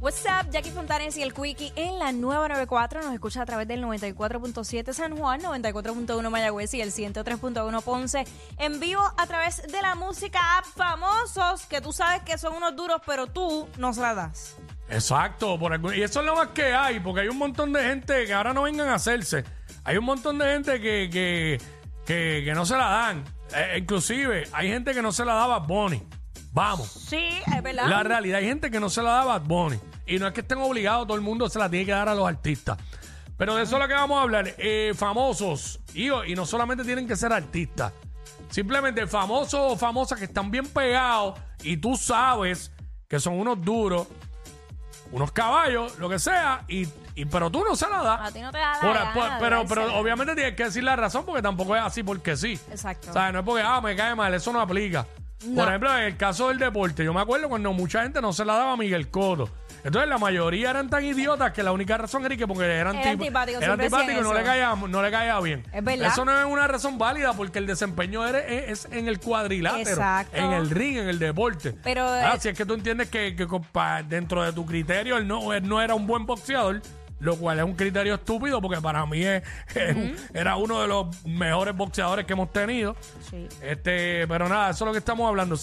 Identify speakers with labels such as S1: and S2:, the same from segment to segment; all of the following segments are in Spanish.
S1: WhatsApp, Jackie Fontanes y el Quickie en la nueva 94. Nos escucha a través del 94.7 San Juan, 94.1 Mayagüez y el 103.1 Ponce. En vivo a través de la música app famosos, que tú sabes que son unos duros, pero tú nos la das.
S2: Exacto, por algún- y eso es lo más que hay, porque hay un montón de gente que ahora no vengan a hacerse. Hay un montón de gente que, que, que, que no se la dan. Eh, inclusive, hay gente que no se la daba Bonnie. Vamos.
S1: Sí, es verdad.
S2: La realidad, hay gente que no se la da a Bad Bunny. Y no es que estén obligados, todo el mundo se la tiene que dar a los artistas. Pero de eso es lo que vamos a hablar. Eh, famosos. Y, y no solamente tienen que ser artistas. Simplemente famosos o famosas que están bien pegados y tú sabes que son unos duros, unos caballos, lo que sea, y, y- pero tú no se la das.
S1: A ti no te da la
S2: Por-
S1: gana
S2: por-
S1: de
S2: pero,
S1: dársela.
S2: pero obviamente tienes que decir la razón porque tampoco es así porque sí.
S1: Exacto.
S2: O sea, no es porque, ah, me cae mal, eso no aplica. Por ejemplo, en el caso del deporte, yo me acuerdo cuando mucha gente no se la daba a Miguel Cotto. Entonces, la mayoría eran tan idiotas que la única razón era que porque eran,
S1: Eran
S2: tip-
S1: antipáticos,
S2: eran
S1: siempre
S2: antipáticos y
S1: decían
S2: no le,
S1: eso.
S2: caía, no le caía bien.
S1: Es verdad.
S2: Eso no es una razón válida porque el desempeño era- es, es en el cuadrilátero,
S1: Exacto.
S2: en el ring, en el deporte.
S1: Pero,
S2: Ah,
S1: eh,
S2: si es que tú entiendes que, que compa- dentro de tu criterio él no, él no era un buen boxeador, lo cual es un criterio estúpido porque para mí es- es un- era uno de los mejores boxeadores que hemos tenido.
S1: Sí.
S2: Este, pero nada, eso es lo que estamos hablando.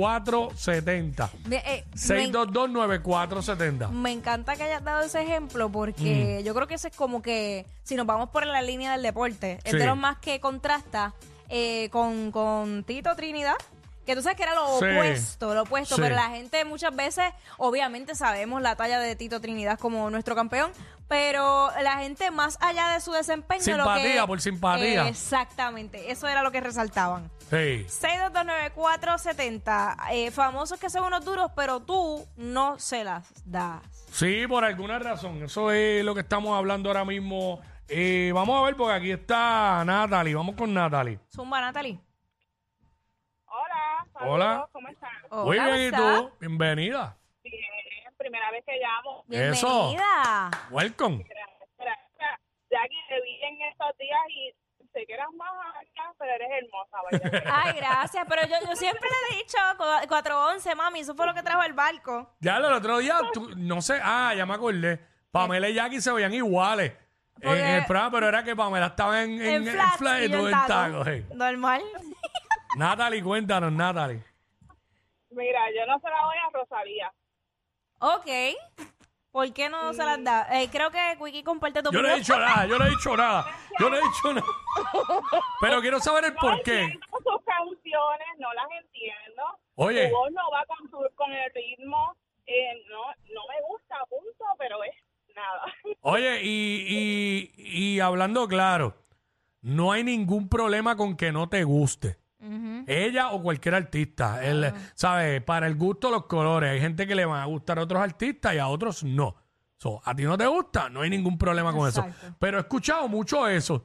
S2: 6229470.
S1: Bien, eh, me-
S2: 6229470.
S1: Me encanta que hayas dado ese ejemplo
S2: Mm.
S1: porque yo creo que ese es como que, si nos vamos por la línea del deporte, es
S2: Sí.
S1: de los más que contrasta eh, con, con Tito Trinidad. Que tú sabes que era lo
S2: Sí.
S1: opuesto, lo opuesto,
S2: Sí.
S1: pero la gente muchas veces, obviamente sabemos la talla de Tito Trinidad como nuestro campeón, pero la gente más allá de su desempeño... lo
S2: Simpatía
S1: que,
S2: por simpatía.
S1: exactamente, eso era lo que resaltaban.
S2: Sí.
S1: 6229470, eh, famosos que son unos duros, pero tú no se las das.
S2: Sí, por alguna razón. Eso es lo que estamos hablando ahora mismo. Eh, vamos a ver, porque aquí está Natalie. Vamos con Natalie.
S1: Zumba, Natalie.
S3: Hola, saludos,
S2: Hola.
S3: ¿cómo están?
S2: Muy
S1: Hola,
S2: bien, ¿y
S1: ¿cómo
S2: tú? Bienvenida.
S3: Bien, primera vez que llamo.
S1: estás?
S2: Eso.
S1: Bienvenida.
S2: Welcome.
S3: Gracias. Jackie, te vi en estos días y sé que eras más alta, pero eres hermosa, vaya.
S1: Ay, gracias. Pero yo, yo siempre le he dicho cua- 411, mami. Eso fue lo que trajo el barco.
S2: Ya el otro día, tú- no sé, ah, ya me acordé. Pamela y Jackie se veían iguales en- en
S1: Porque-
S2: el programa, pero era que Pamela estaba en, en,
S1: En,
S2: en
S1: flats
S2: flat y
S1: y yo
S2: tú
S1: en
S2: en
S1: taco.
S2: tacos, sí.
S1: Normal.
S2: Natalie, cuéntanos, Natalie.
S3: Mira, yo no se la voy a Rosalía.
S1: Ok. ¿Por qué no se las da? Eh, creo que Quickie comparte tu
S2: Yo no he
S1: opinión.
S2: dicho nada, yo no he dicho nada, yo no he dicho nada. Pero quiero saber el por
S3: No
S2: qué.
S3: entiendo sus canciones, no las entiendo.
S2: Oye.
S3: Su voz no va con, su- con el ritmo. eh, no, no me gusta, punto, pero es nada.
S2: Oye, y, y, y hablando claro, no hay ningún problema con que no te guste. Ella o cualquier artista. El, ¿Sabes? Para el gusto, los colores. Hay gente que le van a gustar a otros artistas y a otros no. So, a ti no te gusta, no hay ningún problema con eso.
S1: Exacto.
S2: Pero he escuchado mucho eso.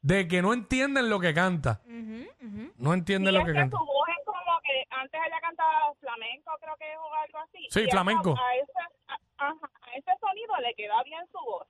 S2: De que no entienden lo que canta. No entienden
S3: Y
S2: lo
S3: es
S2: que
S3: que
S2: canta.
S3: su voz es como que antes ella cantaba flamenco, creo que es o algo así.
S2: Sí,
S3: y esa-
S2: flamenco.
S3: A ese, a- ajá, a ese sonido le queda bien su voz.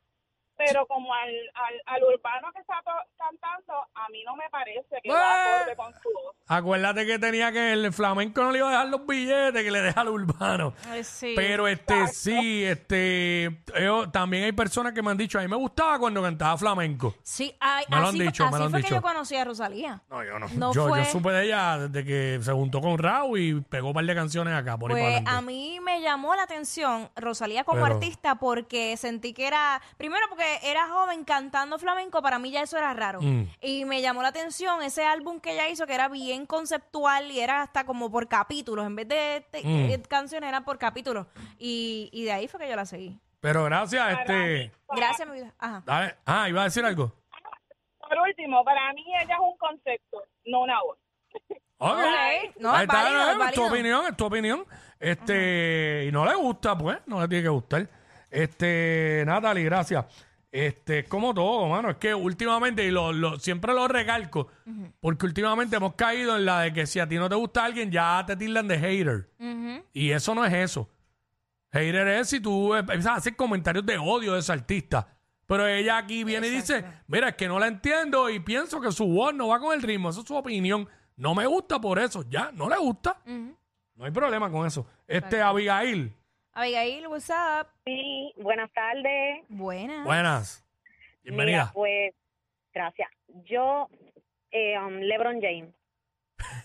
S3: Pero como al, al, al urbano que está to- cantando, a mí no me parece que
S2: Bueno.
S3: va acorde con su voz.
S2: Acuérdate que tenía que el flamenco no le iba a dejar los billetes que le deja al urbano.
S1: Ay, sí.
S2: Pero este sí, este yo- también hay personas que me han dicho, a mí me gustaba cuando cantaba flamenco.
S1: Sí, ay,
S2: Me lo han
S1: así,
S2: dicho, me
S1: así
S2: lo han
S1: fue
S2: dicho.
S1: que yo conocí a Rosalía.
S2: No, yo no.
S1: No
S2: yo, yo
S1: fue.
S2: supe de ella desde que se juntó con Raúl y pegó un par de canciones acá por ahí para
S1: Pues a
S2: adelante.
S1: mí me llamó la atención Rosalía como
S2: Pero-
S1: artista porque sentí que era, primero porque era joven cantando flamenco, para mí ya eso era raro.
S2: Mm.
S1: Y me llamó la atención ese álbum que ella hizo que era bien conceptual y era hasta como por capítulos, en vez de te-
S2: Mm.
S1: eh, canciones eran por capítulos. Y, y de ahí fue que yo la seguí.
S2: Pero gracias, este.
S1: Gracias, mi vida. Ajá.
S2: Dale. Ah, iba a decir algo.
S3: Por último, para mí ella es un concepto, no una voz.
S2: Ok.
S1: Ok. No,
S2: Ahí
S1: es válido, es
S2: es tu
S1: válido.
S2: opinión, es tu opinión. Este, y no le gusta, pues, no le tiene que gustar. Este, Natalie, gracias. Este, es como todo, mano, es que últimamente, y lo, lo- siempre lo recalco, porque últimamente hemos caído en la de que si a ti no te gusta alguien, ya te tildan de hater.
S1: Ujú.
S2: Y eso no es eso. Hater es si tú empiezas a hacer comentarios de odio de ese artista. Pero ella aquí viene y dice, mira, es que no la entiendo y pienso que su voz no va con el ritmo. Esa es su opinión. No me gusta por eso. Ya, no le gusta. No hay problema con eso. Este, Abigail.
S1: Abigail, what's up?
S4: Sí, buenas tardes.
S1: Buena.
S2: Buenas.
S4: Mira,
S2: Bienvenida.
S4: pues, gracias. Yo, eh, um, LeBron James.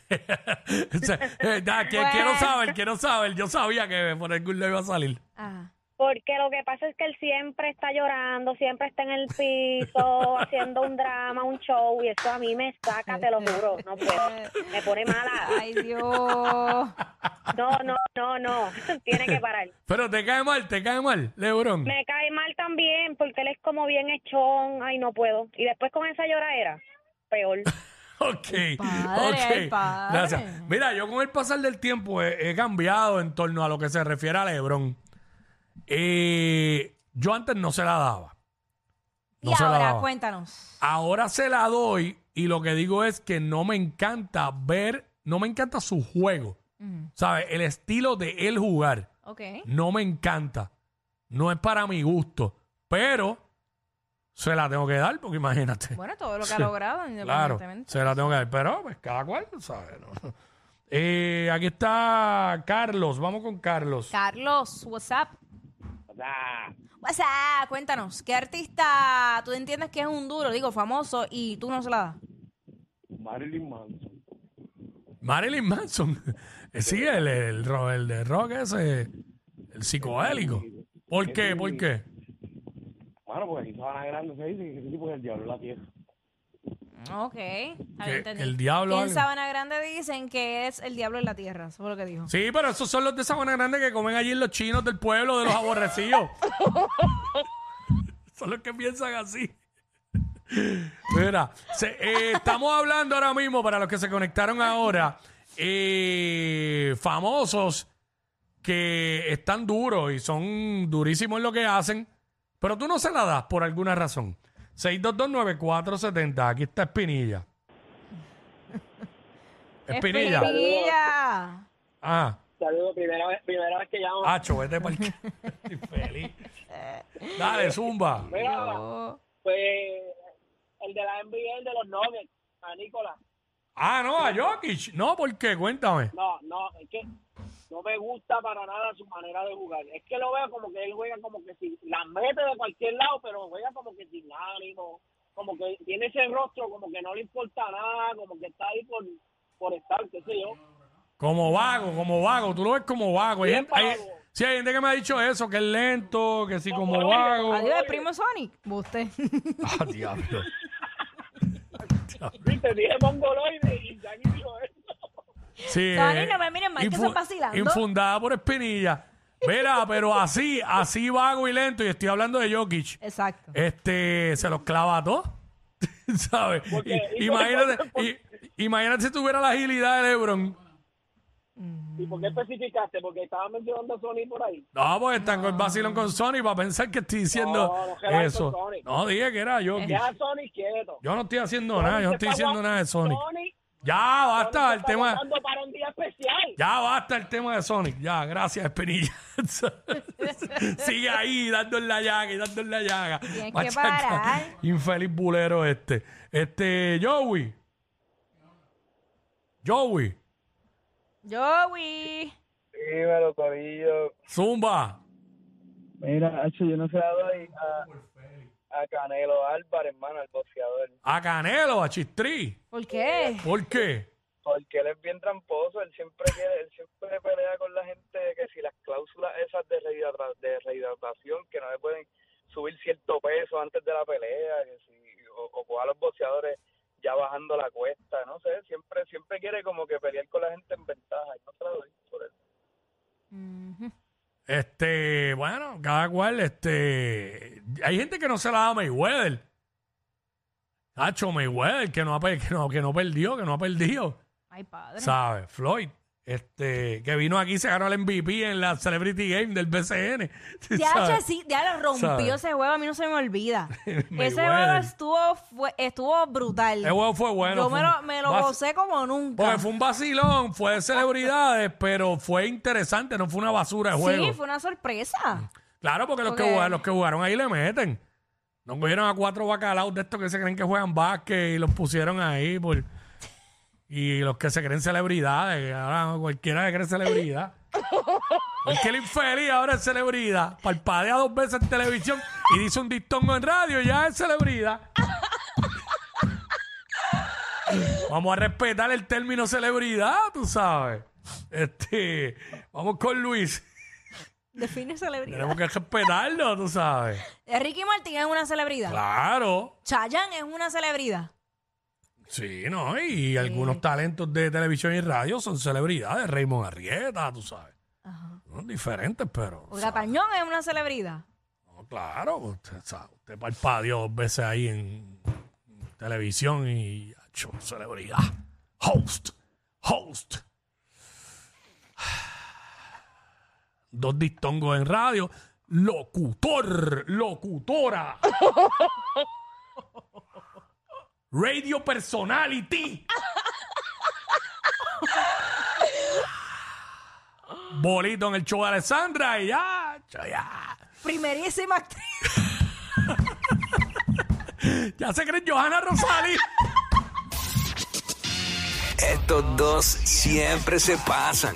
S2: O sea, eh, da, que-
S1: Bueno.
S2: Quiero saber, quiero saber. Yo sabía que por algún lado iba a salir.
S1: Ajá.
S4: Porque lo que pasa es que él siempre está llorando, siempre está en el piso, haciendo un drama, un show, y eso a mí me saca, te lo juro. No puedo. Me pone mala.
S1: Ay, Dios.
S4: No, no, no, no. Tiene que parar.
S2: Pero te cae mal, te cae mal, Lebron.
S4: Me cae mal también, porque él es como bien hechón. Ay, no puedo. Y después con esa lloradera, peor.
S2: Ok.
S1: padre,
S2: ok.
S1: el padre.
S2: Gracias. Mira, yo con el pasar del tiempo he, he cambiado en torno a lo que se refiere a Lebron. Eh, yo antes no se la daba. No
S1: y
S2: se la
S1: ahora,
S2: daba.
S1: cuéntanos.
S2: Ahora se la doy y lo que digo es que no me encanta ver, no me encanta su juego.
S1: Ujú.
S2: ¿Sabes? El estilo de él jugar
S1: Ok.
S2: no me encanta. No es para mi gusto. Pero se la tengo que dar porque imagínate.
S1: Bueno, todo lo que ha
S2: Sí.
S1: logrado,
S2: Claro,
S1: independientemente.
S2: se la tengo que dar. Pero, pues, cada cual, ¿sabes? no? Eh, aquí está Carlos. Vamos con Carlos.
S1: Carlos, what's up? What's up? Cuéntanos, ¿qué artista tú entiendes que es un duro, digo, famoso, y tú no se la das?
S5: Marilyn Manson.
S2: Marilyn Manson. Eh, sí, el, el, ro- el de rock ese, el psicoélico. ¿Por qué? ¿Por qué?
S5: Bueno, porque aquí Sabana Grande se dice que ese tipo es el diablo de la tierra.
S1: Ok, ahí
S2: Que
S1: entendí.
S2: el diablo
S1: Y en
S2: algo.
S1: Sabana Grande dicen que es el diablo en la tierra, eso fue lo que dijo.
S2: Sí, pero esos son los de Sabana Grande que comen allí los chinos del pueblo, de los aborrecidos. son los que piensan así. Mira, se- eh, estamos hablando ahora mismo, para los que se conectaron ahora, eh, famosos que están duros y son durísimos en lo que hacen, pero tú no se la das por alguna razón. 6229470, aquí está Espinilla. Espinilla.
S1: Espinilla.
S2: Ah.
S5: Saludos, primera vez, primera vez que llamo.
S2: Hacho, vete para el Estoy feliz. Dale, zumba.
S1: Yo-
S5: pues el de la NBA, el de los Nuggets, a Nicolás.
S2: Ah, no, a Jokic. No, ¿por qué? Cuéntame.
S5: No, no, es que no me gusta para nada su manera de jugar. Es que lo veo como que él juega como que si las mete de cualquier lado, pero juega como que sin ánimo, como que tiene ese rostro como que no le importa nada, como que está ahí por, por estar, qué sé yo.
S2: Como vago, como vago. Tú lo ves como vago. Hay
S5: Bien
S2: gente, hay-
S5: vago.
S2: sí, hay gente que me ha dicho eso, que es lento, que sí, como
S5: Como vago.
S2: vago.
S1: Adiós, el primo Sonic. Buste.
S2: Ah, diablo.
S5: Viste, dije mongoloide y ya ni dijo eso.
S2: Sí.
S1: Sonic, no me miren mal, que
S2: infu-
S1: son vacilando.
S2: Infundada por espinilla. Mira, pero así, así vago y lento. Y estoy hablando de Jokic.
S1: Exacto.
S2: este se los clava a todos. ¿Sabes?
S5: Porque-
S2: Y- imagínate, y- imagínate si tuviera la agilidad de Lebron.
S5: ¿Y por qué especificaste? Porque estaba mencionando a Sony por ahí.
S2: No, porque están con el vacilón con Sony para pensar que estoy diciendo
S5: No, no, que va con
S2: eso.
S5: Sony.
S2: No, dije que era yo.
S5: Deja a Sony quieto.
S2: Yo no estoy haciendo nada, yo no
S5: se
S2: estoy
S5: está
S2: diciendo
S5: guap-
S2: nada de Sonic.
S5: Sony,
S2: Ya basta
S5: Sony se
S2: el
S5: está
S2: tema.
S5: guardando para un día especial.
S2: Ya basta el tema de Sonic. Ya, gracias, Espinilla. Sigue ahí, dando en la llaga y dando en la llaga.
S1: Tienes que
S2: Machaca.
S1: parar.
S2: Infeliz bulero este. Este, Joey. Joey.
S1: Joey.
S6: Dímelo, Corillo.
S2: Zumba.
S6: Mira, Hacho, yo no se la doy a, a Canelo Álvarez, hermano, al boxeador.
S2: A Canelo, a Chistri.
S1: ¿Por qué?
S2: ¿Por qué?
S6: Porque él es bien tramposo, él siempre quiere, él siempre pelea con la gente de que si las cláusulas esas de, rehidrata- de rehidratación, que no le pueden subir cierto peso antes de la pelea, que si- o, o coja a los boxeadores ya bajando la cuesta, no sé, siempre siempre quiere como que pelear con la gente en ventaja, y no se la doy por eso.
S1: Ujú.
S2: Este, bueno, cada cual, este. Hay gente que no se la da a Mayweather. Hacho Mayweather, que no, ha, pe- que no, que no perdió, que no ha perdido.
S1: Ay, padre.
S2: ¿Sabes? Floyd. Este, que vino aquí, se ganó el MVP en la Celebrity Game del BCN.
S1: Ya,
S2: ¿sabes?
S1: sí, ya lo rompió
S2: ¿Sabe?
S1: ese juego, a mí no se me olvida. ese juego
S2: Mayweather.
S1: estuvo, fue- estuvo brutal.
S2: El juego fue bueno.
S1: Yo
S2: fue
S1: me
S2: un
S1: lo, me lo
S2: vac-
S1: gocé como
S2: Porque
S1: nunca.
S2: fue un vacilón, fue de celebridades, pero fue interesante, no fue una basura de juego. Mm.
S1: Sí, fue una sorpresa.
S2: Claro, porque los,
S1: Porque-
S2: Que jugaron, los que jugaron ahí le meten. Nos cogieron a cuatro bacalaos de estos que se creen que juegan básquet y los pusieron ahí por... Y los que se creen celebridades, que ahora cualquiera se cree celebridad. Es que el infeliz ahora es celebridad. Parpadea dos veces en televisión y dice un dictongo en radio, ya es celebridad. Vamos a respetar el término celebridad, tú sabes. Este, vamos con Luis.
S1: Define celebridad.
S2: Tenemos que respetarlo, tú sabes.
S1: Ricky Martin es una celebridad.
S2: Claro.
S1: Chayanne es una celebridad.
S2: Sí, no, y algunos talentos de televisión y radio son celebridades. Raymond Arrieta, tú sabes. Son diferentes, pero.
S1: Olga Tañón es una celebridad.
S2: No, claro, usted, sabe, usted parpadeó dos veces ahí en televisión y acho, celebridad. Host, host. Dos distongos en radio. Locutor, locutora. Radio personality. Bolito en el show de Alessandra y ya, ya.
S1: Primerísima actriz.
S2: Ya se creen Johanna Rosali.
S7: Estos dos siempre se pasan.